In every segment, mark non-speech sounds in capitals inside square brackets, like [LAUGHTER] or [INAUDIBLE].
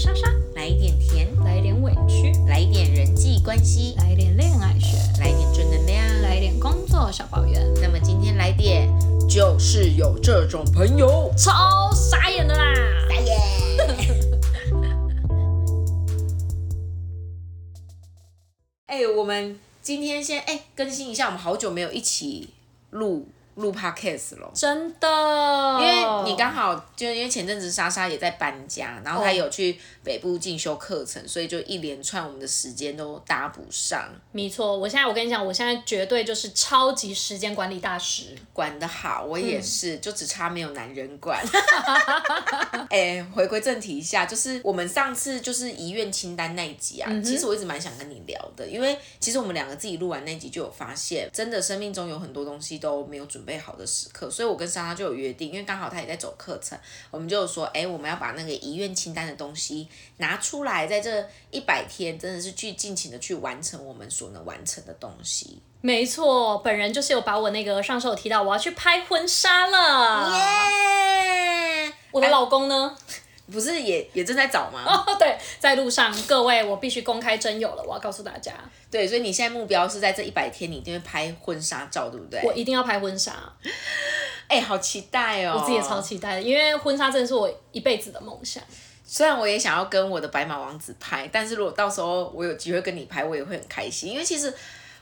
莎莎，来一点甜，来一点委屈，来一点人际关系，来一点恋爱学，来一点正能量。来一点工作小抱怨，那么今天来点，就是有这种朋友。超傻眼的啦！大爷， [LAUGHS] 哎、我们今天先哎、更新一下，我们好久没有一起录录 podcast 了。真的，哦因为你刚好就因为前阵子莎莎也在搬家，然后她哦有去北部进修课程，所以就一连串我们的时间都搭不上，没错，我现在我跟你讲，我现在绝对就是超级时间管理大师。管得好，我也是，就只差没有男人管。 [LAUGHS] 哎、回归正题一下，就是我们上次就是遗愿清单那一集啊，其实我一直蛮想跟你聊的，因为其实我们两个自己录完那集就有发现，真的生命中有很多东西都没有准备好的时刻，所以我跟莎莎就有约定，因为刚好她也在走课程，我们就有说，哎、我们要把那个遗愿清单的东西拿出来，在这一百天真的是去尽情的去完成我们所能完成的东西。没错，本人就是有把我那个上次有提到我要去拍婚纱了。耶！我的老公呢？ [LAUGHS] 不是也也正在找吗？哦，对，在路上，各位，我必须公开真有了，我要告诉大家，对，所以你现在目标是在这一百天，你一定会拍婚纱照，对不对？我一定要拍婚纱，哎、好期待哦！我自己也超。期待的，因为婚纱真的是我一辈子的梦想。虽然我也想要跟我的白马王子拍，但是如果到时候我有机会跟你拍，我也会很开心，因为其实。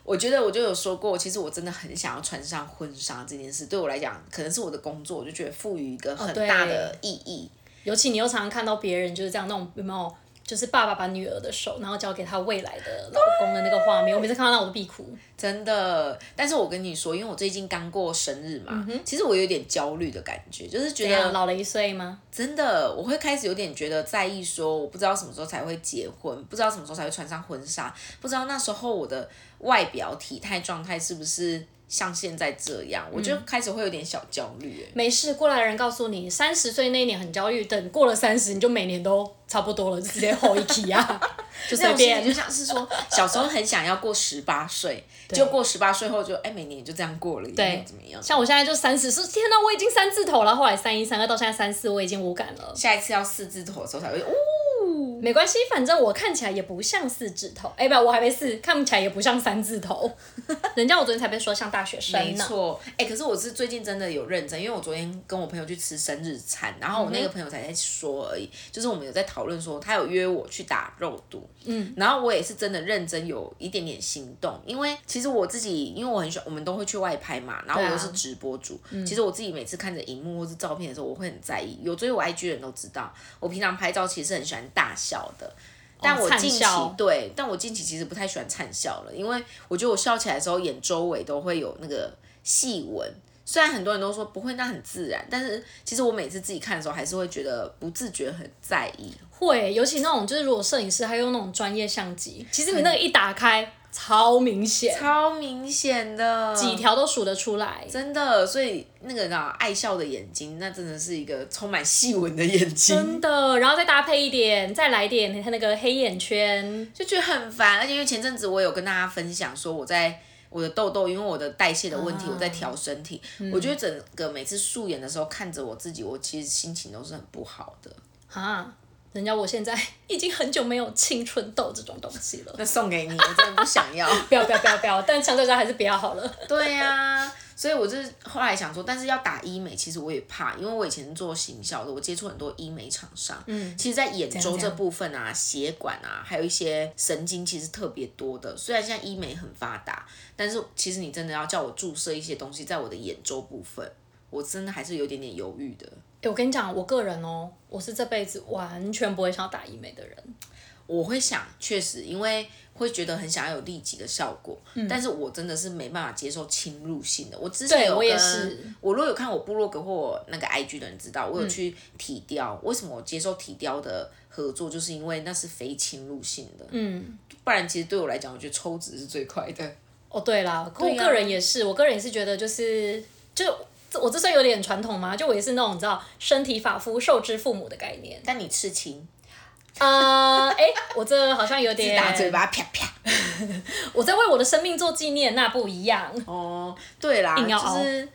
我觉得我就有说过，其实我真的很想要穿上婚纱这件事，对我来讲，可能是我的工作，我就觉得赋予一个很哦对大的意义。尤其你又常常看到别人就是这样那种有没有，就是爸爸把女儿的手，然后交给他未来的老公的那个画面，我每次看到那我都必哭。真的，但是我跟你说，因为我最近刚过生日嘛，其实我有点焦虑的感觉，就是觉嗯怎得样，老了一岁吗？真的，我会开始有点觉得在意，说我不知道什么时候才会结婚，不知道什么时候才会穿上婚纱，不知道那时候我的外表、体态、状态是不是像现在这样，我嗯就开始会有点小焦虑、欸。没事，过来人告诉你，三十岁那一年很焦虑，等过了三十，你就每年都差不多了，就直接吼一起 [LAUGHS] 啊，就那随种心理就便。像是说，小时候很想要过十八岁，就过十八岁后就哎、每年就这样过了，也没有对怎么样。像我现在就三十，是天哪，我已经三字头了。后来三一、三二，到现在三四，我已经无感了。下一次要四字头的时候才会，哦，没关系，反正我看起来也不像四字头，哎、不，我还没四，看起来也不像三字 [LAUGHS] 头。人家我昨天才被说像大学生没呢。错，哎、可是我是最近真的有认真，因为我昨天跟我朋友去吃生日餐，然后我嗯那个朋友才在说而已，就是我们有在讨论说他有约我去打肉毒，嗯，然后我也是真的认真有一点点心动，因为其实我自己，因为我很喜欢，我们都会去外拍嘛，然后我对啊嗯又是直播主，其实我自己每次看着荧幕或是照片的时候，我会很在意，有追我 IG 的人都知道，我平常拍照其实很喜欢大笑的。但我哦灿近期、笑对，但我近期其实不太喜欢灿笑了，因为我觉得我笑起来的时候眼周围都会有那个细纹。虽然很多人都说不会，那很自然，但是其实我每次自己看的时候，还是会觉得不自觉很在意。会，尤其那种就是如果摄影师他用那种专业相机，其实你那个一打开，超明显，超明显的，几条都数得出来。真的，所以那个呢，爱笑的眼睛，那真的是一个充满细纹的眼睛，真的，然后再搭配一点，再来一点他那个黑眼圈，就觉得很烦。而且因为前阵子我有跟大家分享说，我在我的痘痘，因为我的代谢的问题，我在调身体。我觉得整个每次素颜的时候，看着我自己，我其实心情都是很不好的。啊，人家我现在 [LAUGHS] 已经很久没有青春痘这种东西了。那送给你， [LAUGHS] 我真的不想要。不要不要不要不要，但相对来说还是比较好了。 [LAUGHS] 对呀、所以我就是后来想说，但是要打医美，其实我也怕，因为我以前做行销的，我接触很多医美厂商。嗯，其实，在眼怎周样这部分啊，血管啊，还有一些神经，其实特别多的。虽然现在医美很发达，但是其实你真的要叫我注射一些东西在我的眼周部分，我真的还是有点点犹豫的。哎、我跟你讲，我个人哦，我是这辈子完全不会想要打医美的人。我会想，确实，因为会觉得很想要有立即的效果，但是我真的是没办法接受侵入性的。我之前嗯对有我也跟是嗯我如果有看我部落格或我那个 IG 的人知道，我有去体雕，为什么我接受体雕的合作，就是因为那是非侵入性的，嗯，不然其实对我来讲，我觉得抽脂是最快的。哦，对啦，可对我呀个人也是，我个人也是觉得就是就这我这算有点传统嘛，就我也是那种你知道身体发肤受之父母的概念。但你刺青，呃， [LAUGHS] 哎、我这好像有自点打嘴，巴啪啪。我在为我的生命做纪念，那不一样。哦，对啦，硬要凹就是，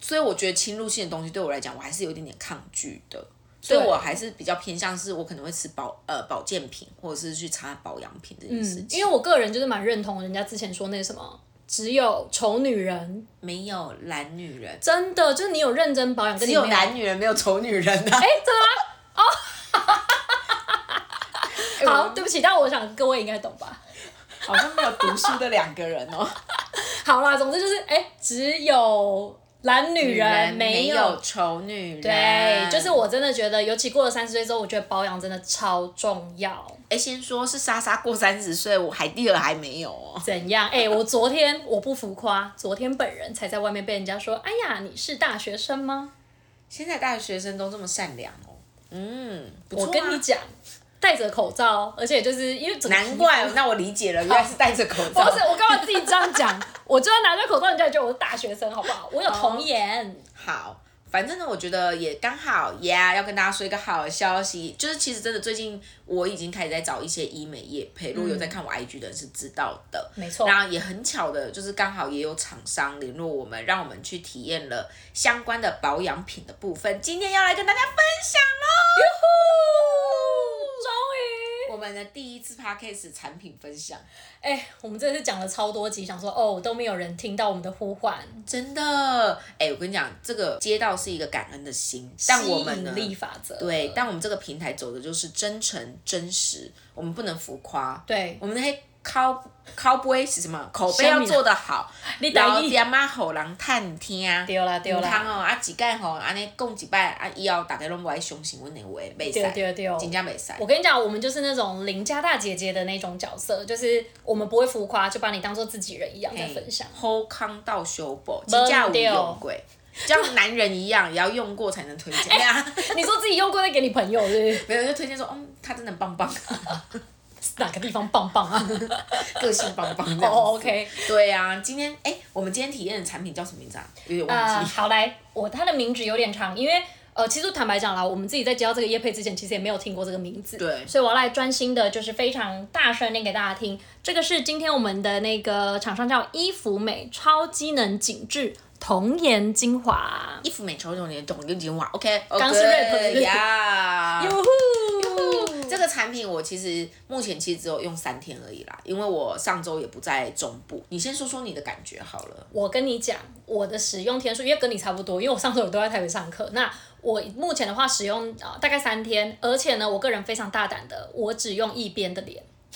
所以我觉得侵入性的东西对我来讲，我还是有一点点抗拒的。所以我还是比较偏向是我可能会吃保呃保健品，或者是去擦保养品这件事嗯，情。因为我个人就是蛮认同人家之前说那什么，只有丑女人，没有懒女人，真的就是你有认真保养，跟只你没有懒女人没有丑女人 [LAUGHS] 啊。真的吗？哦，好，对不起，但我想各位应该懂吧。好像没有读书的两个人 [LAUGHS] 哦。好啦，总之就是，哎、只有懒女人没没有有丑女人，对，就是。我真的觉得，尤其过了三十岁之后，我觉得保养真的超重要。哎，先说是莎莎过三十岁，我还第二还没有哦。怎样？哎、我昨天我不浮夸，昨天本人才在外面被人家说，哎呀，你是大学生吗？现在大学生都这么善良哦。嗯，不错我啊跟你讲，戴着口罩，而且就是因为整个难怪，那我理解了，原来是戴着口 [LAUGHS] 不罩。是我干嘛自己这样讲？我就要拿着口罩，人家也觉得我是大学生，好不好？我有哦童颜。好，反正呢，我觉得也刚好呀要跟大家说一个好消息，就是其实真的最近我已经开始在找一些医美业配，如果有在看我 IG 的人是知道的，嗯没错然后也很巧的，就是刚好也有厂商联络我们，让我们去体验了相关的保养品的部分，今天要来跟大家分享喽。终于，我们的第一次 podcast 产品分享，哎、我们真的是讲了超多集，想说哦都没有人听到我们的呼唤，真的，哎、我跟你讲，这个街道是一个感恩的心，但我们吸呢引，力法则，对，但我们这个平台走的就是真诚、真实，我们不能浮夸。对，我们那些靠靠杯是什么？口碑要做得好，你然打后一点嘛互人探听。啊对啦对啦唔通哦，啊一摆吼，安尼讲一摆，啊以后大家拢无爱相信阮的话，袂对对使，对。真正袂使。我跟你讲，我们就是那种邻家大姐姐的那种角色，就是我们不会浮夸，就把你当做自己人一样在分享。好康到修补，真正有用过，像男人一样，也要用过才能推 [LAUGHS] 荐。没有啊你说自己用过再给你朋友，是不是？ [LAUGHS] 没有就推荐说，嗯，他真的很棒棒，哪个地方棒 [LAUGHS] 棒啊？个性棒棒。哦、这样子 o k 对啊，今天哎、我们今天体验的产品叫什么名字啊？有点啊、忘记。好来，我它的名字有点长，因为呃，其实坦白讲啦，我们自己在接到这个叶配之前，其实也没有听过这个名字，对所以我要来专心的，就是非常大声念给大家听。这个是今天我们的那个厂商叫伊芙美超机能紧致童颜精华，衣服美丑种年懂六斤瓦，OK，哦刚是 rap 的对呀。啊哟呼，这个产品我其实目前其实只有用三天而已啦，因为我上周也不在中部。你先说说你的感觉好了。我跟你讲，我的使用天数因为跟你差不多，因为我上周有都在台北上课。那我目前的话使用呃大概三天，而且呢，我个人非常大胆的，我只用一边的脸， [LAUGHS]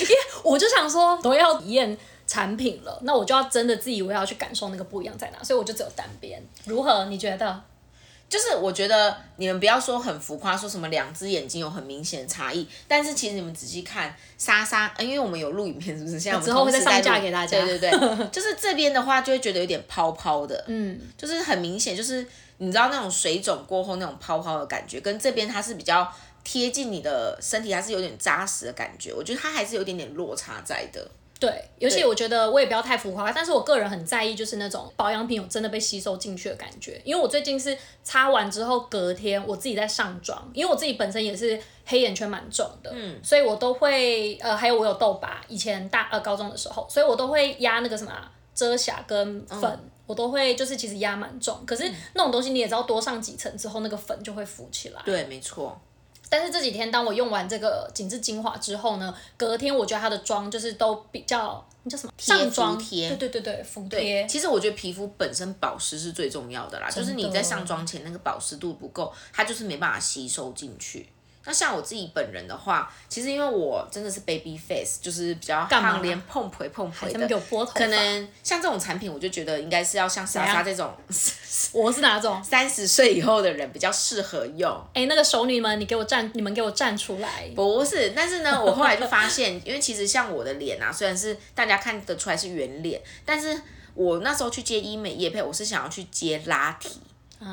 因为我就想说都要体验产品了，那我就要真的自己我要去感受那个不一样在哪，所以我就只有单边。如何？你觉得？就是我觉得你们不要说很浮夸，说什么两只眼睛有很明显的差异，但是其实你们仔细看莎莎，呃因为我们有录影片，是不是？现在我们之后会再同时在上架录给大家对对对，就是这边的话就会觉得有点泡泡的，嗯，就是很明显，就是你知道那种水肿过后那种泡泡的感觉，跟这边它是比较贴近你的身体，还是有点扎实的感觉。我觉得它还是有一点点落差在的。对，尤其对我觉得我也不要太浮夸，但是我个人很在意就是那种保养品有真的被吸收进去的感觉，因为我最近是擦完之后隔天我自己在上妆，因为我自己本身也是黑眼圈蛮重的，嗯，所以我都会呃还有我有痘疤，以前大呃高中的时候，所以我都会压那个什么啊遮瑕跟粉。嗯我都会就是其实压蛮重，可是那种东西你也知道，多上几层之后那个粉就会浮起来。对，没错。但是这几天当我用完这个紧致精华之后呢，隔天我觉得它的妆就是都比较那叫什么上服妆贴对对对对，服对，贴。其实我觉得皮肤本身保湿是最重要的啦，就是你在上妆前那个保湿度不够，它就是没办法吸收进去。那像我自己本人的话，其实因为我真的是 baby face，就是比较干嘛啊胖脸碰腿碰腿他们的给，我拨头发，可能像这种产品，我就觉得应该是要像莎莎这种我是哪种？三十岁以后的人比较适合用。哎、那个熟女们，你给我站，你们给我站出来！不是，但是呢，我后来就发现，因为其实像我的脸啊，虽然是大家看得出来是圆脸，但是我那时候去接医美业配，我是想要去接拉提。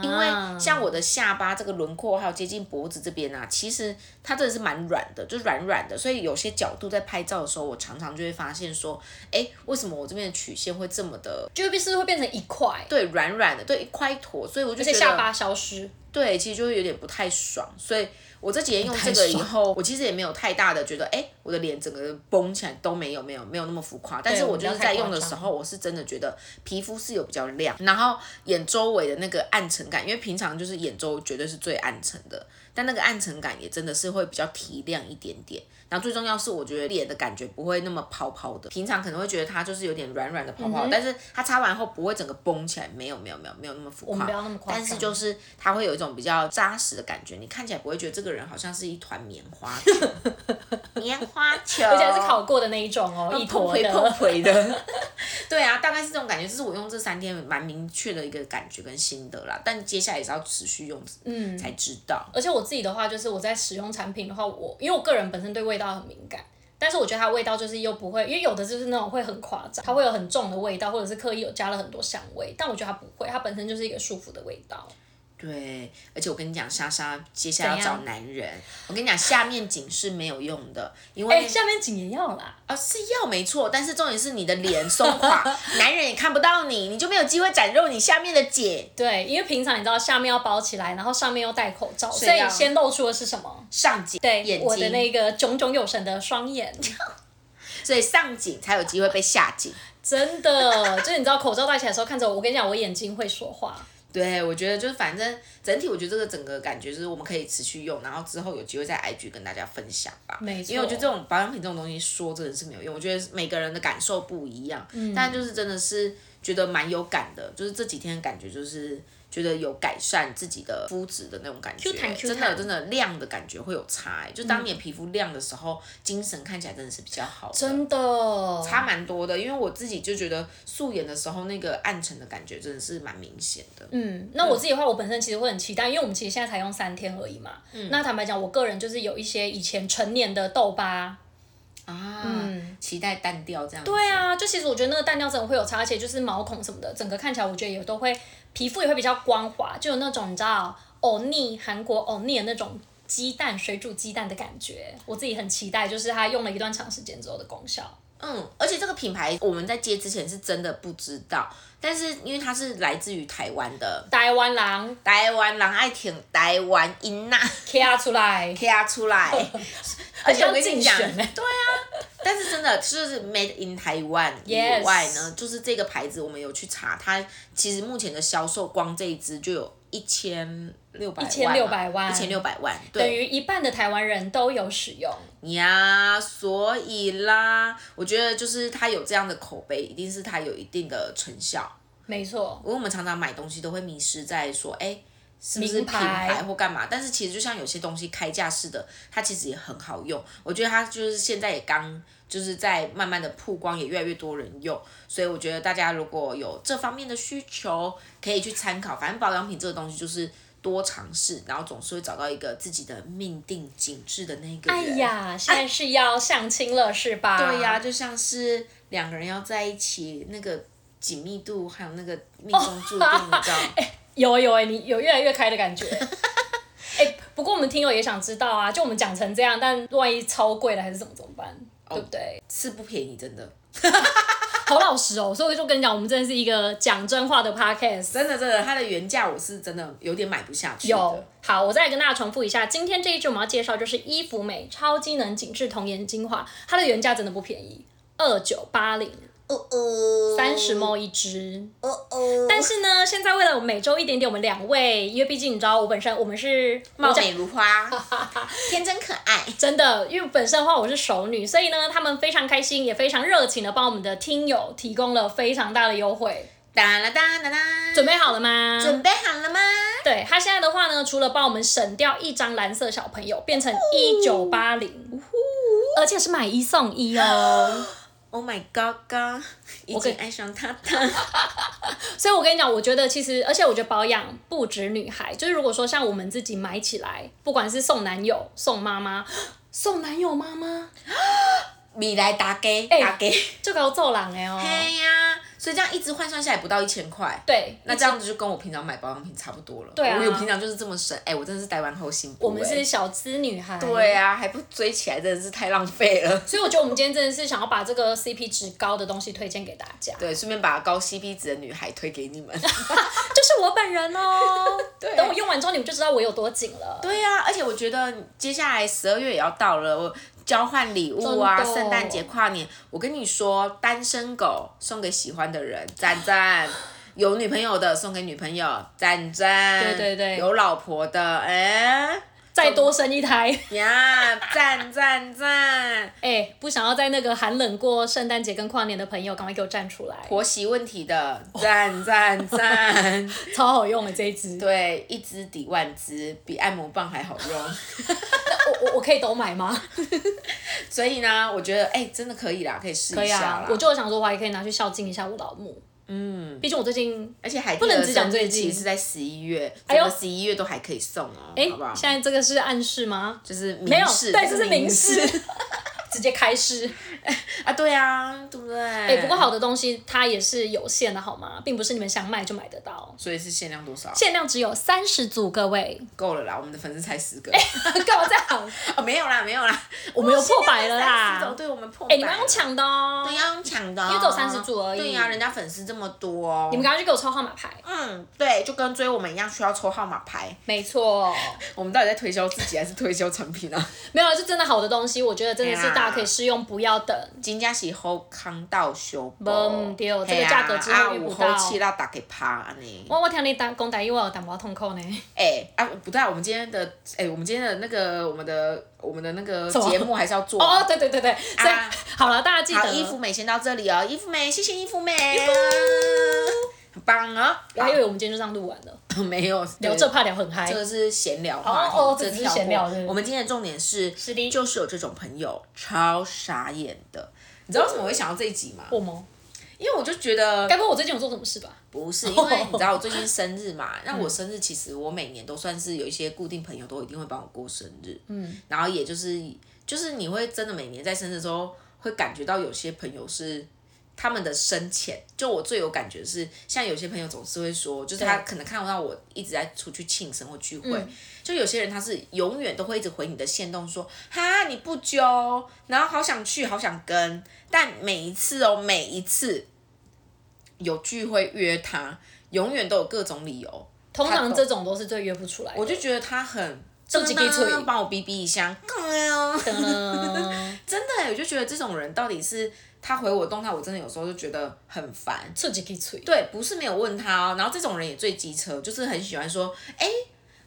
因啊嗯为像我的下巴这个轮廓，还有接近脖子这边啊，其实它真的是蛮软的，就软软的，所以有些角度在拍照的时候，我常常就会发现说，哎，为什么我这边的曲线会这么的就必是会变成一块，对软软的，对一块一坨，所以我就觉而且得下巴消失。对，其实就会有点不太爽，所以我这几天用这个以后，我其实也没有太大的觉得，哎、我的脸整个绷起来都没有，没有，没有那么浮夸。但是对我就是在用的时候，我是真的觉得皮肤是有比较亮，然后眼周围的那个暗沉感，因为平常就是眼周绝对是最暗沉的，但那个暗沉感也真的是会比较提亮一点点。然后最重要是，我觉得脸的感觉不会那么泡泡的，平常可能会觉得它就是有点软软的泡嗯泡，但是它擦完后不会整个绷起来，没有没有没有没有那么浮我夸们不要那么，夸张但是就是它会有一种比较扎实的感觉，你看起来不会觉得这个人好像是一团棉花球， [LAUGHS] 棉花球，而且还是烤过的那一种哦，一碰坨回碰的。回的， [LAUGHS] 对啊，大概是这种感觉，这是我用这三天蛮明确的一个感觉跟心得啦。但接下来也是要持续用，嗯，才知道。而且我自己的话，就是我在使用产品的话，我因为我个人本身对味道很敏感，但是我觉得它味道就是又不会，因为有的就是那种会很夸张，它会有很重的味道，或者是刻意有加了很多香味，但我觉得它不会，它本身就是一个舒服的味道。对，而且我跟你讲，莎莎接下来要怎找样男人，我跟你讲，下面颈是没有用的，因哎、为下面紧也要啦，啊是要没错，但是重点是你的脸松 [LAUGHS] 垮，男人也看不到你，你就没有机会展露你下面的茧。对，因为平常你知道下面要包起来，然后上面又戴口罩，所以以要先露出的是什么？上颈，对，眼我的睛，那个炯炯有神的双眼。 [LAUGHS] 所以上颈才有机会被下颈。真的，就是你知道口罩戴起来的时候，看着我，我跟你讲，我眼睛会说话。 [LAUGHS] 对，我觉得就是反正整体，我觉得这个整个感觉就是我们可以持续用，然后之后有机会在 IG 跟大家分享吧。没错因为我觉得这种保养品这种东西说真的是没有用，我觉得每个人的感受不一样，但就是真的是觉得蛮有感的，就是这几天的感觉就是。觉得有改善自己的肤质的那种感觉 Q 弹 Q 真的弹真的亮的感觉会有差、欸，就当你的皮肤亮的时候，精神看起来真的是比较好的。真的，差蛮多的，因为我自己就觉得素颜的时候那个暗沉的感觉真的是蛮明显的。嗯，那我自己的话，我本身其实会很期待，因为我们其实现在才用三天而已嘛。那坦白讲，我个人就是有一些以前成年的痘疤。啊，期待淡掉这样子。嗯对啊，就其实我觉得那个淡掉真的会有差，而且就是毛孔什么的，整个看起来我觉得也都会，皮肤也会比较光滑，就有那种你知道欧尼韩国欧尼的那种鸡蛋水煮鸡蛋的感觉。我自己很期待，就是它用了一段长时间之后的功效。嗯，而且这个品牌我们在接之前是真的不知道，但是因为它是来自于台湾的，台湾狼台湾人爱挺台湾音呐，卡出来，贴出来，而且我跟你讲很像竞，选欸对啊，但是真的就是 Made in Taiwan 以 Yes 外呢就是这个牌子我们有去查，它其实目前的销售光这一支就有一千六百万，啊1600万一千六百万，对等，于一半的台湾人都有使用。呀，所以啦，我觉得就是它有这样的口碑，一定是它有一定的成效。没错，因为我们常常买东西都会迷失在说，哎、是不是名品牌牌或干嘛？但是其实就像有些东西开架式的，它其实也很好用。我觉得它就是现在也刚就是在慢慢的曝光，也越来越多人用。所以我觉得大家如果有这方面的需求，可以去参考。反正保养品这个东西就是多尝试，然后总是会找到一个自己的命定紧致的那个哎人。呀，现在是要相亲了是吧？对呀、就像是两个人要在一起，那个紧密度还有那个命中注定，你知道吗？有有哎、你有越来越开 [LAUGHS] 的感觉。哎、不过我们听友也想知道啊，就我们讲成这样，但万一超贵了还是怎么怎么办？哦对不对？是不便宜，真的，好老实哦，所以我就跟你讲，我们真的是一个讲真话的 podcast。真的真的，它的原价我是真的有点买不下去有的。好，我再来跟大家重复一下，今天这一支我们要介绍就是伊芙美超机能紧致童颜精华，它的原价真的不便宜，二九八零，哦哦，三十毛一支。哦哦，但是呢，现在为了我们每周一点点，我们两位，因为毕竟你知道，我本身我们是貌美如 [LAUGHS] 花，天真可爱。真的，因为本身的话我是熟女，所以呢，他们非常开心，也非常热情的帮我们的听友提供了非常大的优惠。哒啦哒啦啦，准备好了吗？准备好了吗？对他现在的话呢，除了帮我们省掉一张蓝色小朋友，变成一九八零，而且是买一送一哦。 Oh my god god，已经爱上他他。所以我跟你讲，我觉得其实，而且我觉得保养不止女孩，就是如果说像我们自己买起来，不管是送男友、送妈妈、送男友妈妈，米来打给哎打给，就搞走人的哦。嘿呀，所以这样一直换算下来不到一千块。对，那这样子就跟我平常买保养品差不多了。对啊我有平常就是这么省，哎、我真的是台湾后心不、我们哎是小资女孩。对啊，还不追起来，真的是太浪费了。所以我觉得我们今天真的是想要把这个 CP 值高的东西推荐给大家，对，顺便把高 CP 值的女孩推给你们。就是我本人哦。 [LAUGHS] 对等我用完之后，你们就知道我有多紧了。对呀、而且我觉得接下来十二月也要到了，我交换礼物啊，真的圣诞节、跨年，我跟你说，单身狗送给喜欢的人，赞 [SIGHS] 赞。有女朋友的送给女朋友，赞赞。对对对有老婆的，哎、再多生一胎， [LAUGHS] 呀，赞赞 [LAUGHS] 赞。哎、不想要在那个寒冷过圣诞节跟跨年的朋友，赶快给我站出来，婆媳问题的，赞赞赞。超好用的这一支。对，一支抵万支，比按摩棒还好用。我我我可以都买吗？所以呢，我觉得哎、真的可以啦，可以试可一以下啦啊。，我就想说，我还可以拿去孝敬一下我老母。嗯，毕竟我最近，而且海不能只讲最其近实在十一月，哎呦整个十一月都还可以送哦，哎、好不好？现在这个是暗示吗？就是没有明，示，对，这是明示 [LAUGHS] 示，直接开示。啊，对啊，对不对？哎、不过，好的东西它也是有限的，好吗？并不是你们想买就买得到，所以是限量多少？限量只有三十组，[LAUGHS] 各位。够了啦，我们的粉丝才十个，哎干嘛这样？哦，没有啦，没有啦， [LAUGHS] 我们有破百了啦30种对我们破百了，哎、你们要用抢的哦、对，要用抢的哦，因为只有30组而已对啊呀，人家粉丝这么多哦你，们赶快去给我抽号码牌。嗯，对，就跟追我们一样，需要抽号码牌。没错，我们到底在推销自己还是推销产品啊？没有，是真的好的东西，我觉得真的是对啊大家可以试用，不要等。金家是后康到修无波唔对这个价格之后遇不到啊啊，有好气啦，大家拍安尼。我我听你打讲台语，我有淡薄仔痛苦呢。啊哎、啊，不对啊，我们今天的哎、我们今天的那个我们的我们的那个什么节目还是要做 [LAUGHS] 哦啊。哦，对对对对，所以、啊好了，大家记好，得衣服美先到这里哦，衣服美，谢谢衣服美，很棒哦。不要以为我们今天就这样录完了，好 [LAUGHS] 没有聊这怕聊很嗨这。个是闲聊话题，哦哦这个这只是跳过闲聊对我们今天的重点是，是的就是有这种朋友超傻眼的。你知道为什么我会想到这一集吗？我吗？因为我就觉得该不会我最近有做什么事吧？不是，因为你知道我最近生日嘛，那我生日其实我每年都算是有一些固定朋友都一定会帮我过生日，嗯，然后也就是就是你会真的每年在生日的时候会感觉到有些朋友是。他们的深浅，就我最有感觉是，像有些朋友总是会说，就是他对嗯可能看到我一直在出去庆生或聚会，就有些人他是永远都会一直回你的线动说，哈你不揪，然后好想去，好想跟，但每一次哦，每一次有聚会约他，永远都有各种理由。通他常懂这种都是最约不出来的。我就觉得他很这么鸡鸡脆帮我逼逼一 [LAUGHS] 下，噔噔真的，我就觉得这种人到底是他回我动态，我真的有时候就觉得很烦。 [LAUGHS] 刺激给吹。对，不是没有问他哦。然后这种人也最机车，就是很喜欢说，哎、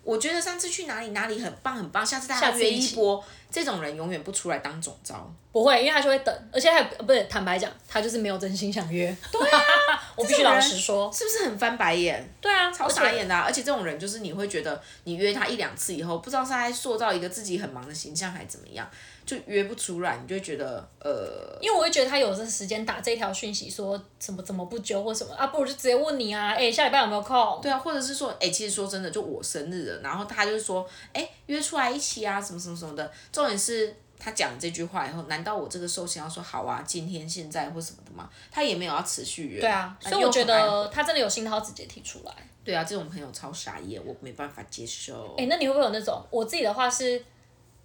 我觉得上次去哪里哪里很棒很棒，下次大下家次约一一起波。这种人永远不出来当总招，不会，因为他就会等，而且他也不是坦白讲，他就是没有真心想约。对啊， [LAUGHS] 我必须老实说。是不是很翻白眼？对啊，超而且傻眼的、啊，而且这种人就是你会觉得你约他一两次以后，不知道是在塑造一个自己很忙的形象，还怎么样，就约不出来，你就会觉得呃，因为我会觉得他有的时间打这条讯息说什么怎么不揪或什么啊，不如就直接问你啊，哎、下礼拜有没有空？对啊，或者是说，哎、其实说真的，就我生日了，然后他就说，哎、约出来一起啊，什么什么什么的。重点是他讲这句话以后，难道我这个寿星要说好啊，今天现在或什么的吗？他也没有要持续约。对啊，那所以我又觉很爱，得他真的有心，他要直接提出来。对啊，这种朋友超傻眼，我没办法接受。哎、那你会不会有那种？我自己的话是，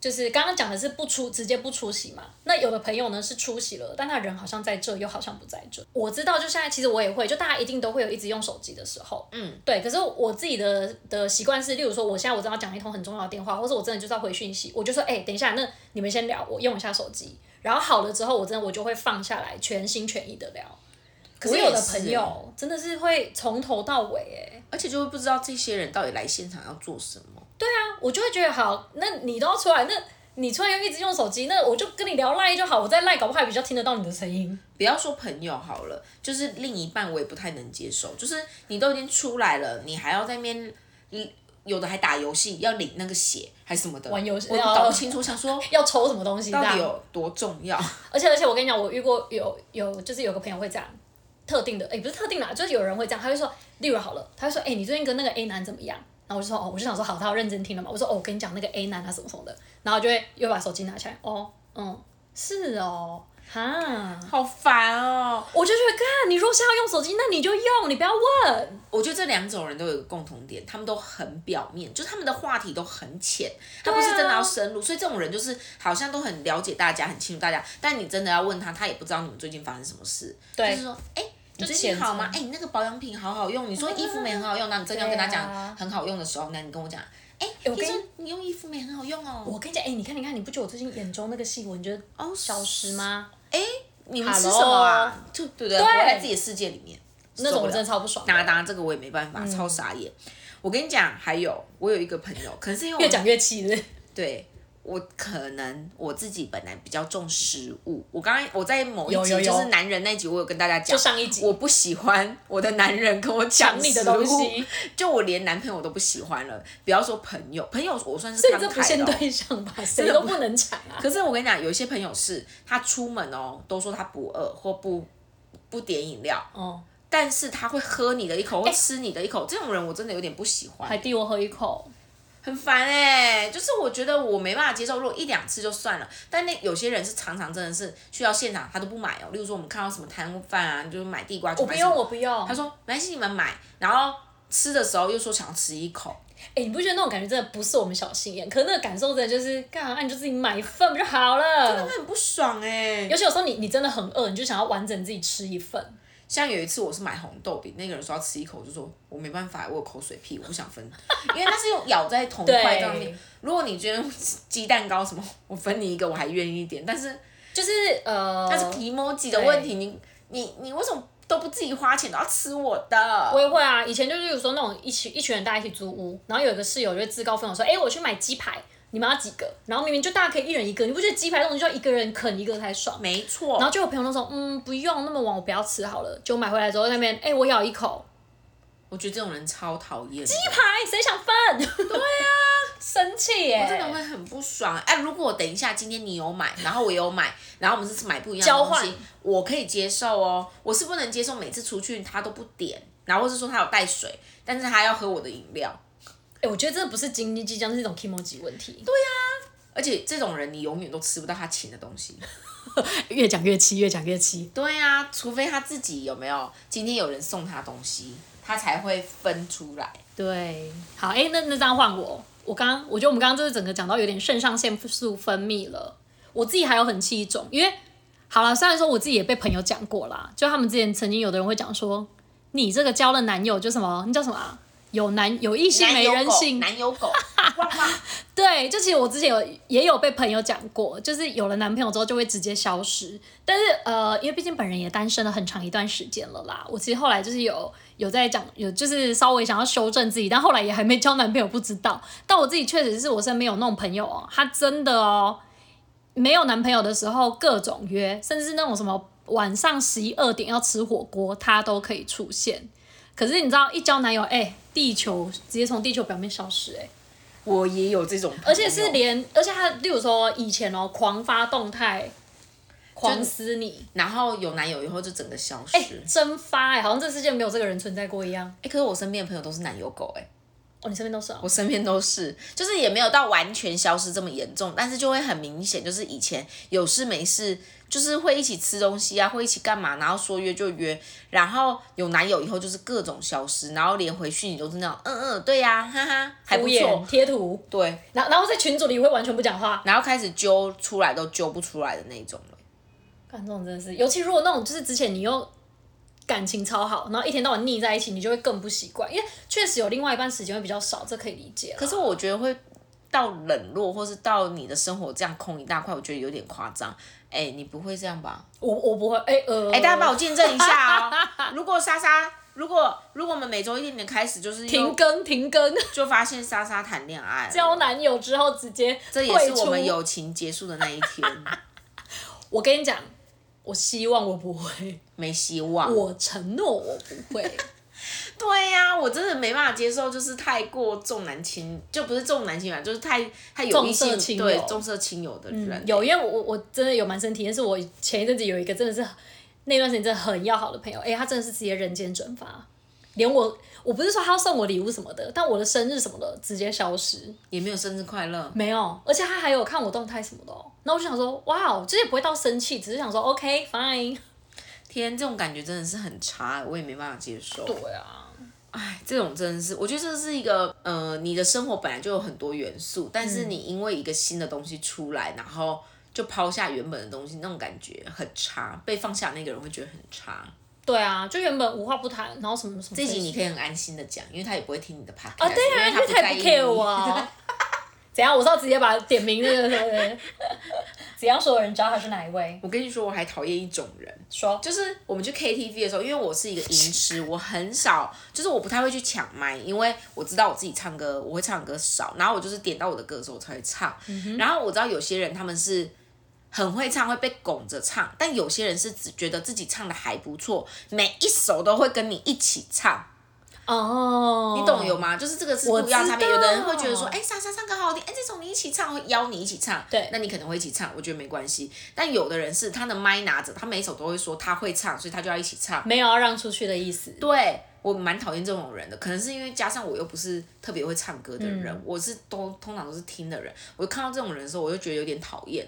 就是刚刚讲的是不出直接不出席嘛。那有的朋友呢是出席了，但他人好像在这，又好像不在这。我知道，就现在其实我也会，就大家一定都会有一直用手机的时候，嗯，对。可是我自己的的习惯是，例如说我现在我正要讲一通很重要的电话，或者我真的就是要回讯息，我就说，哎、等一下，那你们先聊，我用一下手机。然后好了之后，我真的我就会放下来，全心全意的聊。可我是也有的是欸朋友真的是会从头到尾、哎。而且就会不知道这些人到底来现场要做什么。我就会觉得好，那你都要出来，那你出来又一直用手机，那我就跟你聊赖就好，我在赖搞不好还比较听得到你的声音。不要说朋友好了，就是另一半我也不太能接受。就是你都已经出来了，你还要在那边，嗯有的还打游戏，要领那个血还什么的，玩游戏我搞不清楚。想说要抽什么东西这到底样，有多重 [LAUGHS] 要？而且而且我跟你讲，我遇过有有就是有个朋友会这样，特定的，哎、不是特定啦，就是有人会这样，他会说，例如好了，他会说，哎、你最近跟那个 A 男怎么样？然后我就说，哦，我就想说，好，啊他要认真听了嘛。我说，哦，我跟你讲那个 A 男他什么什么的，然后就会又把手机拿起来，哦，嗯，是哦，哈，好烦哦！我就觉得，看你如果想要用手机，那你就用，你不要问。我觉得这两种人都有一个共同点，他们都很表面，就是他们的话题都很浅，他对啊不是真的要深入。所以这种人就是好像都很了解大家，很清楚大家，但你真的要问他，他也不知道你们最近发生什么事。对就是说，哎、你最浅近好吗？层哎、你那个保养品好好用。你说衣服没很好用，那你真的要跟他对啊讲很好用的时候，那你跟我讲，哎、我听跟说你用衣服没很好用哦。我跟你讲，哎、你看，你看，你不觉得我最近眼中那个细纹就哦，消失吗？你们 Hello 吃什么啊？就对不对？活在自己的世界里面，那种我受不真的了超不爽的。哒哒，这个我也没办嗯法，超傻眼。我跟你讲，还有我有一个朋友，可能是因为越我讲越气人。对我可能我自己本来比较重食物。我刚刚我在某一有集有有就是男人那集，我有跟大家讲，就上一集我不喜欢我的男人跟我讲你的东食物西，就我连男朋友都不喜欢了，不要说朋友，朋友我算是所以慷 [LAUGHS] 这不慨的、限哦。对 [LAUGHS] 象吧，谁都不能抢啊。可是我跟你讲，有一些朋友是他出门哦，都说他不饿或不不点饮料，哦，但是他会喝你的一口哎或吃你的一口，这种人我真的有点不喜欢。还递我喝一口，很烦哎、就是我觉得我没办法接受，如果一两次就算了，但那有些人是常常真的是去到现场他都不买哦，例如说我们看到什么摊贩啊，就是买地瓜就我买不什么用，我不用。他说没关系你们买，然后吃的时候又说想要吃一口，哎、你不觉得那种感觉真的不是我们小心眼？可是那个感受真的就是，干嘛、啊、你就自己买一份不就好了？那很不爽哎、尤其有时候你你真的很饿，你就想要完整自己吃一份。像有一次我是买红豆饼，那个人说要吃一口，我就说我没办法，我有口水屁，我不想分，因为那是用咬在同块上面对。如果你觉得鸡蛋糕什么，我分你一个我还愿意一点，但是就是呃，但是 emoji 的问题，你你你为什么都不自己花钱，都要吃我我的？也会啊。以前就是有时候那种一起一群人大家一起租屋，然后有一个室友就会自告奋勇说：“哎、我去买鸡排，你们要几个？”然后明明就大家可以一人一个，你不觉得鸡排这种就要一个人啃一个才爽？没错然，后就有朋友都说：“嗯，不用那么晚，我不要吃好了。”就买回来之后在那边，哎、我咬一口，我觉得这种人超讨厌，鸡排谁想分？ [LAUGHS] 对啊，生气耶、我真的会很不爽。哎，如果等一下今天你有买，然后我也有买，然后我们这次买不一样交的东换西，我可以接受哦。我是不能接受每次出去他都不点，然后或是说他有带水，但是他要喝我的饮料。哎、我觉得这不是斤斤计较，是一种 emoji 问题。而且这种人你永远都吃不到他请的东西。对，越讲越气，越讲越气。对啊，除非他自己有没有今天有人送他东西，他才会分出来。对，好，哎、那那这样换我，我刚，我觉得我们刚刚就是整个讲到有点肾上腺素分泌了，我自己还有很气一种，因为好了，虽然说我自己也被朋友讲过啦，就他们之前曾经有的人会讲说，你这个交了男友就什么，你叫什么、啊？有男有异性没人性，啊男友狗，哇哇 [LAUGHS] 对，就其实我之前有也有被朋友讲过，就是有了男朋友之后就会直接消失。但是呃，因为毕竟本人也单身了很长一段时间了啦，我其实后来就是有有在讲，有就是稍微想要修正自己，但后来也还没交男朋友，不知道。但我自己确实是我身边有那种朋友哦，他真的哦，没有男朋友的时候各种约，甚至是那种什么晚上十一二点要吃火锅，他都可以出现。可是你知道，一交男友，哎、地球直接从地球表面消失、哎。 [LAUGHS] 我也有这种朋友，而且是连，而且他，例如说以前哦，狂发动态，狂撕你，然后有男友以后就整个消失。哎、哎、蒸发哎、好像这世界没有这个人存在过一样。可是我身边的朋友都是男友狗、哎，哦，你身边都是哦我，身边都是，就是也没有到完全消失这么严重，但是就会很明显，就是以前有事没事就是会一起吃东西啊，会一起干嘛，然后说约就约，然后有男友以后就是各种消失，然后连回讯你都是那种，嗯嗯，对呀、哈哈，还不敷衍错，贴图，对，然后然后在群组里会完全不讲话，然后开始揪出来都揪不出来的那种了。干这种真的是，尤其如果那种就是之前你又感情超好，然后一天到晚腻在一起，你就会更不习惯，因为确实有另外一半时间会比较少，这可以理解啦。可是我觉得会到冷落，或是到你的生活这样空一大块，我觉得有点夸张。哎、你不会这样吧？我我不会，哎、呃，哎、大家帮我见证一下哦。如果莎莎，如果如果我们每周一点点开始，就是又停更停更， [LAUGHS] 就发现莎莎谈恋爱了，交男友之后直接这也是退我们出友情结束的那一天，我跟你讲，我希望我不会，没希望。我承诺我不会。 [LAUGHS] 对呀、我真的没办法接受，就是太过重男轻，就不是重男轻女啊，就是太太有异重性色轻友嗯对重色轻友的人、有，因为我我真的有蛮深体验，是我前一阵子有一个真的是那段时间真的很要好的朋友，哎、他真的是直接人间蒸发，连我我不是说他要送我礼物什么的，但我的生日什么的直接消失，也没有生日快乐。没有，而且他还有看我动态什么的、哦。那我就想说，哇哦，这也不会到生气，只是想说 OK fine。天，这种感觉真的是很差，我也没办法接受。对啊，哎，这种真的是，我觉得这是一个，呃，你的生活本来就有很多元素，但嗯是你因为一个新的东西出来，然后就抛下原本的东西，那种感觉很差，被放下那个人会觉得很差。对啊，就原本无话不谈，然后什么什么。这集你可以很安心的讲，因为他也不会听你的 podcast，、啊，对因为啊，因为他他在也意不你 care 我 [LAUGHS] 啊。怎样？我是要直接把点名那个什么的，怎样所有人知道他是哪一位？我跟你说，我还讨厌一种人，说就是我们去 KTV 的时候，因为我是一个音痴，我很少，就是我不太会去抢麦，因为我知道我自己唱歌，我会唱歌少，然后我就是点到我的歌的时候我才会唱。嗯然后我知道有些人他们是很会唱，会被拱着唱，但有些人是只觉得自己唱的还不错，每一首都会跟你一起唱。哦，你懂有吗？就是这个是我不一样的差别。知道有的人会觉得说，哎、莎莎唱歌好好听，哎、这种你一起唱，会邀你一起唱，对那你可能会一起唱，我觉得没关系。但有的人是他的麦拿着，他每一首都会说他会唱，所以他就要一起唱。没有要让出去的意思。对我蛮讨厌这种人的，可能是因为加上我又不是特别会唱歌的人，嗯我是都通常都是听的人，我看到这种人的时候，我就觉得有点讨厌。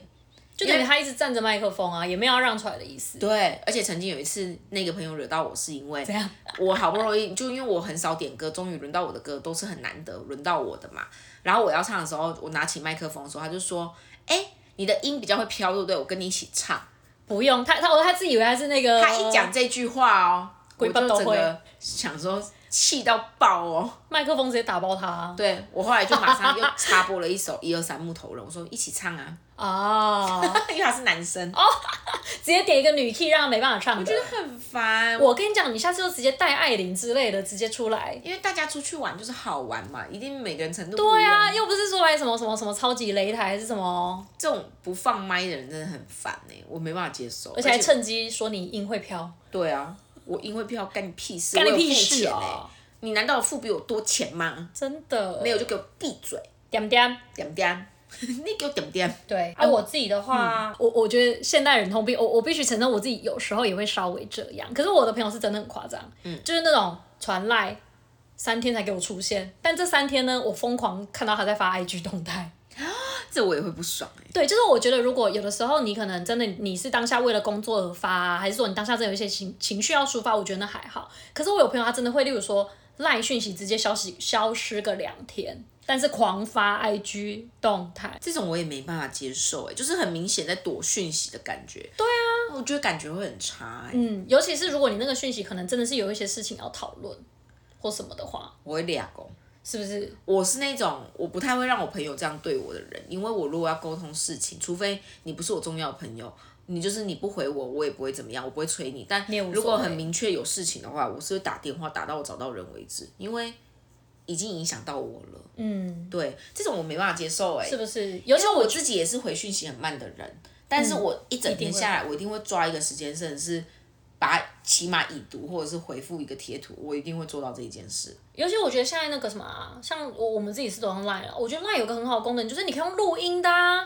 就等于他一直占着麦克风啊，也没有要让出来的意思。对，而且曾经有一次，那个朋友惹到我，是因为怎样？我好不容易就因为我很少点歌，终于轮到我的歌都是很难得轮到我的嘛。然后我要唱的时候，我拿起麦克风的时候，他就说：“哎、你的音比较会飘，对不对？我跟你一起唱。不用他，他哦，他自以为他是那”个。他一讲这句话哦，我鬼爸就都整会个想说气到爆哦。麦克风直接打爆他啊对我后来就马上又插播了一首《一二三木头人》，我说一起唱啊， [LAUGHS] 啊！因为他是男生，哦、 [LAUGHS] 直接点一个女 key 让他没办法唱的。很烦。我跟你讲，你下次就直接带艾琳之类的直接出来。因为大家出去玩就是好玩嘛，一定每个人程度不一对样啊，又不是说来什么什么什么超级擂台还是什么，这种不放麦的人真的很烦哎、我没办法接受。而且还趁机说你音会飘，对啊，我因为票干你屁事，干你我有屁付事钱哎、啊！你难道有付比我多钱吗？真的没有就给我闭嘴，点点。点点， [LAUGHS] 你哎给我嗯点点。对，啊，我自己的话，我我觉得现代人通病，我我必须承认，我自己有时候也会稍微这样。可是我的朋友是真的很夸张，嗯就是那种传赖三天才给我出现，但这三天呢，我疯狂看到他在发 IG 动态。这我也会不爽哎、对，就是我觉得，如果有的时候你可能真的你是当下为了工作而发、啊，还是说你当下真的有一些情情绪要抒发，我觉得那还好。可是我有朋友他真的会，例如说赖讯息直接消息消失个两天，但是狂发 IG 动态，这种我也没办法接受哎、就是很明显在躲讯息的感觉。对啊，我觉得感觉会很差哎、嗯，尤其是如果你那个讯息可能真的是有一些事情要讨论或什么的话，我会俩公。是不是？我是那种我不太会让我朋友这样对我的人，因为我如果要沟通事情，除非你不是我重要的朋友，你就是你不回我，我也不会怎么样，我不会催你。但你也无所谓如果很明确有欸事情的话，我是会打电话打到我找到人为止，因为已经影响到我了。嗯，对，这种我没办法接受哎、是不是？尤而其且我我自己也是回讯息很慢的人，但是我一整天下来，嗯我一定会抓一个时间，甚至是把起码已读或者是回复一个贴图，我一定会做到这一件事。尤其我觉得现在那个什么、啊，像我我们自己是都用 Line 了，我觉得 Line 有个很好的功能，就是你可以用录音的、啊。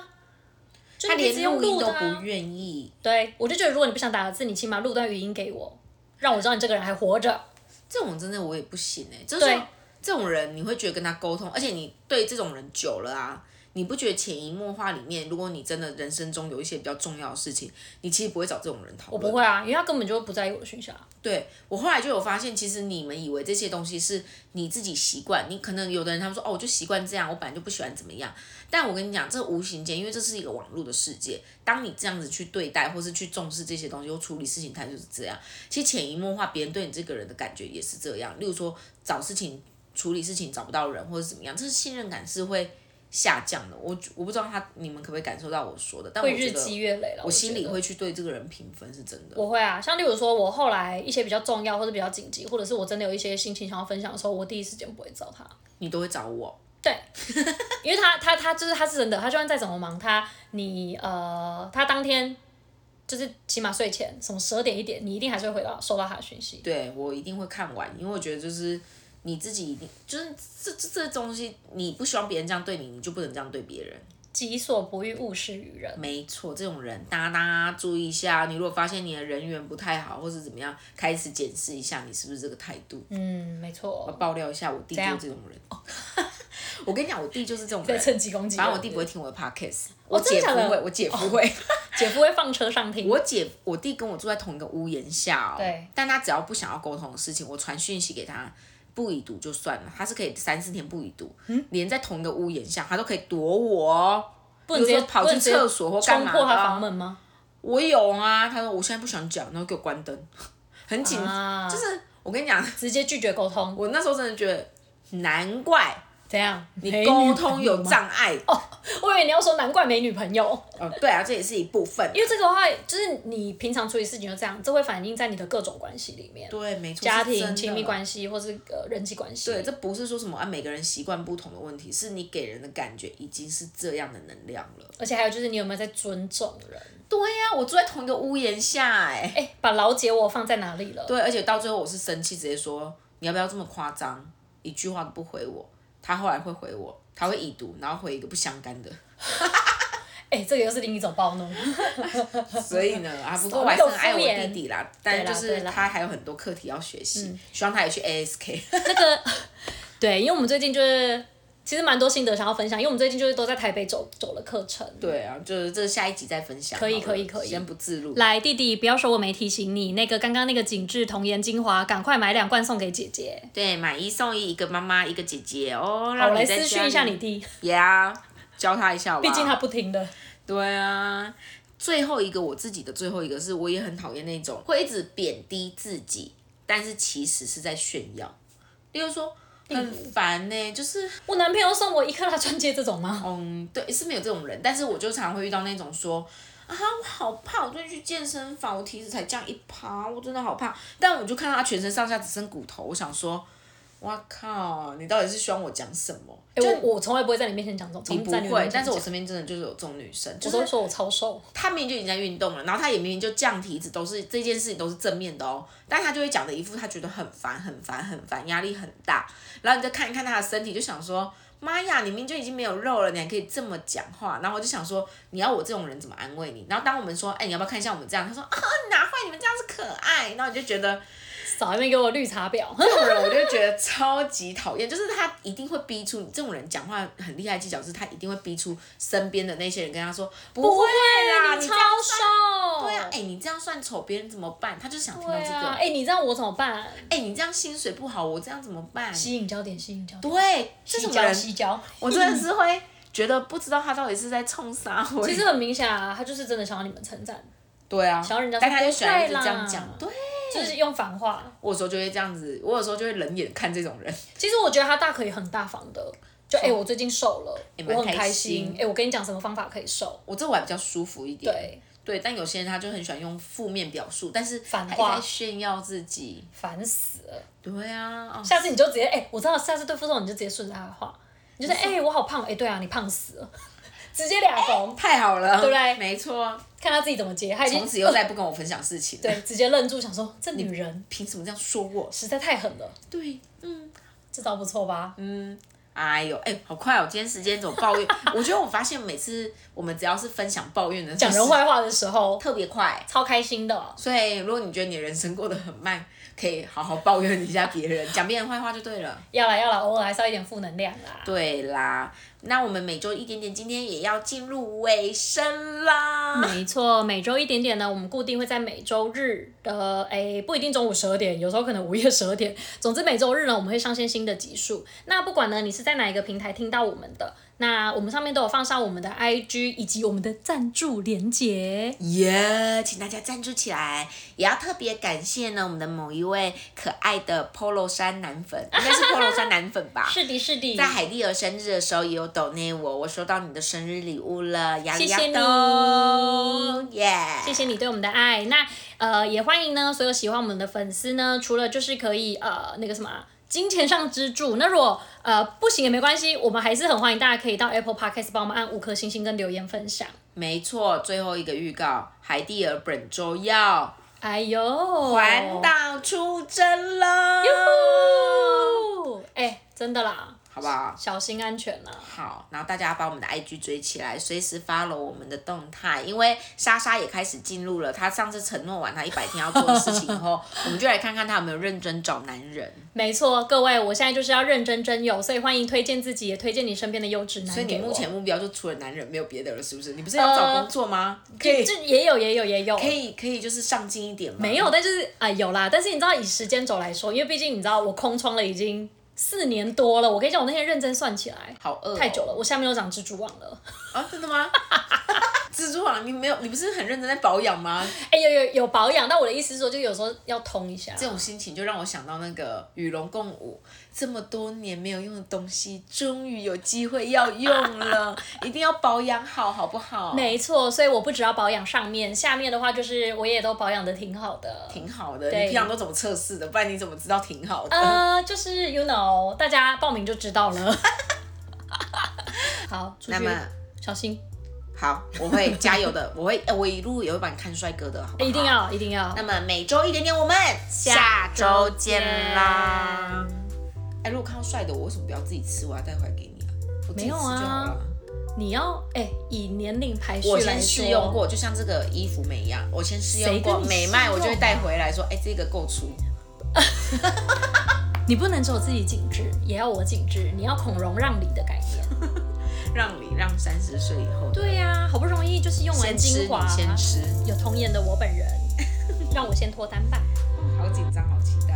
就他是你可以连直接用录音录的都啊、不愿意，对，我就觉得如果你不想打字，你起码录段语音给我，让我知道你这个人还活着。这种真的我也不行哎、就是对这种人，你会觉得跟他沟通，而且你对这种人久了啊，你不觉得潜移默化里面，如果你真的人生中有一些比较重要的事情，你其实不会找这种人讨我论。不会啊，因为他根本就不在意我的讯息啊。对我后来就有发现，其实你们以为这些东西是你自己习惯，你可能有的人他们说哦，我就习惯这样，我本来就不喜欢怎么样。但我跟你讲，这无形间，因为这是一个网络的世界，当你这样子去对待或是去重视这些东西或处理事情态度是这样，其实潜移默化，别人对你这个人的感觉也是这样。例如说找事情、处理事情找不到人或者是怎么样，这是信任感是会下降的。我我不知道他你们可不可以感受到我说的，但我会觉日积得月累了，我我心觉里得会去对这个人评分是真的。我会啊，像例如说，我后来一些比较重要或者比较紧急，或者是我真的有一些心情想要分享的时候，我第一时间不会找他，你都会找我。因为他他他就是他是真的，他就算再怎么忙，他你呃他当天就是起码睡前什么十二点一点，你一定还是会回到收到他的讯息。对我一定会看完，因为我觉得就是你自己一定就是这这这东西，你不希望别人这样对你，你就不能这样对别人。己所不欲，勿施于人。没错，这种人，大家大家注意一下，你如果发现你的人缘不太好，或是怎么样，开始检视一下你是不是这个态度。嗯，没我错。爆料一下，我弟就是怎样哦这种人。 [LAUGHS] 我跟你讲，我弟就是这种在人。 [LAUGHS] 趁机攻击人。反正我弟不会听我的 podcast，哦我真的姐假夫的哦会，我姐夫会。姐夫会放车上听。我姐我弟跟我住在同一个屋檐下哦。对。但他只要不想要沟通的事情，我传讯息给他。不已读就算了，他是可以三四天不已读，嗯连在同一个屋檐下，他都可以躲我哦。不能比直如说接跑去不能直接厕所或干冲嘛破他的啊房门吗？我有啊，他说我现在不想讲，然后给我关灯， [LAUGHS] 很紧，啊就是我跟你讲，直接拒绝沟通，我那时候真的觉得，难怪怎样？你没沟女通朋友有吗障碍哦，我以为你要说难怪没女朋友，哦，对啊，这也是一部分。因为这个话就是你平常处理事情就这样，这会反映在你的各种关系里面，对，没错，家是真庭、的亲密关系或是呃人际关系。对，这不是说什么啊，每个人习惯不同的问题，是你给人的感觉已经是这样的能量了。而且还有就是你有没有在尊重人？对呀、我住在同一个屋檐下、哎，哎、把老姐我放在哪里了？对，而且到最后我是生气，直接说你要不要这么夸张，一句话都不回我。他后来会回我，他会已读，然后回一个不相干的。哎、这个又是另一 [LAUGHS] 种暴怒。所以呢，啊，不过我还是很爱我弟弟啦，但就对啦是对啦嗯他还有很多课题要学习，希望他也去 ASK。那个，对，因为我们最近就是其实蛮多心得想要分享，因为我们最近就是都在台北走走了课程。 [LAUGHS] 对啊，就是这下一集再分享好了。可以可以可以先不自录。来，弟弟，不要说我没提醒你，那个刚刚那个紧致童颜精华，赶快买两罐送给姐姐。对，买一送一，一个妈妈，一个姐姐哦。好让我你来在私家讯一里下你。弟，呀教他一下吧。毕竟他不听的。对啊。最后一个我自己的最后一个是，我也很讨厌那种会一直贬低自己，但是其实是在炫耀。例如说，很烦呢、就是我男朋友送我一克拉钻戒这种吗？嗯，对，是没有这种人，但是我就常会遇到那种说啊，我好怕，我最近去健身房，我体脂才降一趴，我真的好怕。但我就看到他全身上下只剩骨头，我想说，哇靠，你到底是希望我讲什么？哎就我我从来不会在你面前讲这种，你从不在你面会前，但是我讲身边真的就是有这种女生，就我都是说我超瘦，她明明就已经在运动了，然后她也明明就降体脂，都是这件事情都是正面的哦，但她就会讲的一副她觉得很烦、很烦、很烦，压力很大。然后你再看一看她的身体，就想说。妈呀！你明明就已经没有肉了，你还可以这么讲话，然后我就想说，你要我这种人怎么安慰你？然后当我们说，哎、你要不要看一下我们这样？他说啊，哪会你们这样是可爱？然后你就觉得 [LAUGHS] 少一面给我绿茶婊。 [LAUGHS] 这种人，我就觉得超级讨厌，就是他一定会逼出这种人讲话很厉害的技巧，是他一定会逼出身边的那些人跟他说不会啦，你你超这样瘦。对啊，哎、你这样算丑，别人怎么办？他就想听到嗯对这个。啊，哎、哎、你这样我怎么办？你这样薪水不好，我这样怎么办？吸引焦点，吸引焦点，对，啊这吸种焦，人，吸焦。我真的是会觉得不知道他到底是在冲啥我。其实很明显啊，他就是真的想要你们称赞，对啊，想要人家说但他就喜欢一直不会啦这样讲。对，就是用反话。我有时候就会这样子，我有时候就会冷眼看这种人。其实我觉得他大可以很大方的，就哎、我最近瘦了，蛮我很开开心心。哎、我跟你讲什么方法可以瘦？我这我还比较舒服一点。对，对，但有些人他就很喜欢用负面表述，但是反还话在炫耀自己。烦死了。对啊，哦下次你就直接哎、我知道下次对付这种你就直接顺着他的话，你就说哎、我好胖，哎、对啊，你胖死了， [LAUGHS] 直接俩拱，太好了，对不对没错，看他自己怎么接。他已从经此又再也不跟我分享事情了。对直接愣住，想说这女人凭什么这样说我？实在太狠了，对，这招不错吧？哎呦，哎、好快哦！今天时间怎么抱怨？ [LAUGHS] 我觉得我发现每次我们只要是分享抱怨的，讲人坏话的时候特别快。超开心的。所以，如果你觉得你的人生过得很慢，可以好好抱怨一下别人，讲别人坏话就对了。要啦要啦，偶尔还是要一点负能量啊啦。对啦，那我们每周一点点，今天也要进入尾声啦。没错，每周一点点呢，我们固定会在每周日的诶，不一定中午十二点，有时候可能午夜十二点。总之每周日呢，我们会上线新的集数。那不管呢，你是在哪一个平台听到我们的，那我们上面都有放上我们的 IG 以及我们的赞助连结。耶请大家赞助起来，也要特别感谢呢我们的某一位可爱的 Polo 衫男粉，应该是 Polo 衫男粉 [LAUGHS] 吧？是的，是的在，海蒂儿生日的时候也有抖内我，我收到你的生日礼物了，呀谢呀谢你都，哦耶！谢谢你对我们的爱。那呃，也欢迎呢所有喜欢我们的粉丝呢，除了就是可以呃那个什么啊。金钱上资助，那如果呃不行也没关系，我们还是很欢迎大家可以到 Apple Podcast 帮我们按五颗星星跟留言分享。没错，最后一个预告，海蒂儿本周要哎呦，环岛出征了，哟！哎、真的啦，好不好？小心安全啊呐、好，然后大家把我们的 IG 追起来，随时 follow 我们的动态，因为莎莎也开始进入了她上次承诺完她一百天要做的事情 [LAUGHS] 后，我们就来看看她有没有认真找男人。没错，各位，我现在就是要认真真友，所以欢迎推荐自己，也推荐你身边的优质男所以你给我呃目前目标就除了男人没有别的了，是不是？你不是要找工作吗？可以，这也有也有也有，可以，可以，就是上进一点吗？没有，但就是啊、有啦。但是你知道，以时间轴来说，因为毕竟你知道，我空窗了已经四年多了。我跟你讲，我那天认真算起来，好饿哦、太久了，我下面又长蜘蛛网了。啊！真的 [LAUGHS] 吗？蜘蛛网，你没有，你不是很认真在保养吗？ [LAUGHS] 哎、有有有保养，但我的意思是说，就有时候要通一下。这种心情就让我想到那个与龙共舞，这么多年没有用的东西，终于有机会要用 [LAUGHS] 了，一定要保养好，好不好？没错，所以我不只要保养上面，下面的话就是我也都保养的挺好的。挺好的，对你平常都怎么测试的？不然你怎么知道挺好的？呃，就是 you know，大家报名就知道了。 [LAUGHS] 好，出那去么小心，好，我会加油的，我会，呃我一路也会帮你看帅哥的，好不好？一定。啊要一定要那。么每周一点点，我们下周见啦！哎、如果看到帅的，我为什么不要自己吃？我要带回来给你啊？我自己没有啊吃就好了。你要哎、以年龄排序我来先说试用过，就像这个衣服美一样，我先试用过谁跟你美卖，试用我就会带回来说，哎、这个够粗。你不能只有自己紧致，也要我紧致。你要孔融让梨的概 [LAUGHS] 念。让你让三十岁以后的对呀、好不容易就是用完先吃，精华你，先吃。 [LAUGHS] 有童颜的我本人，让我先脱单吧。好紧张，好期待。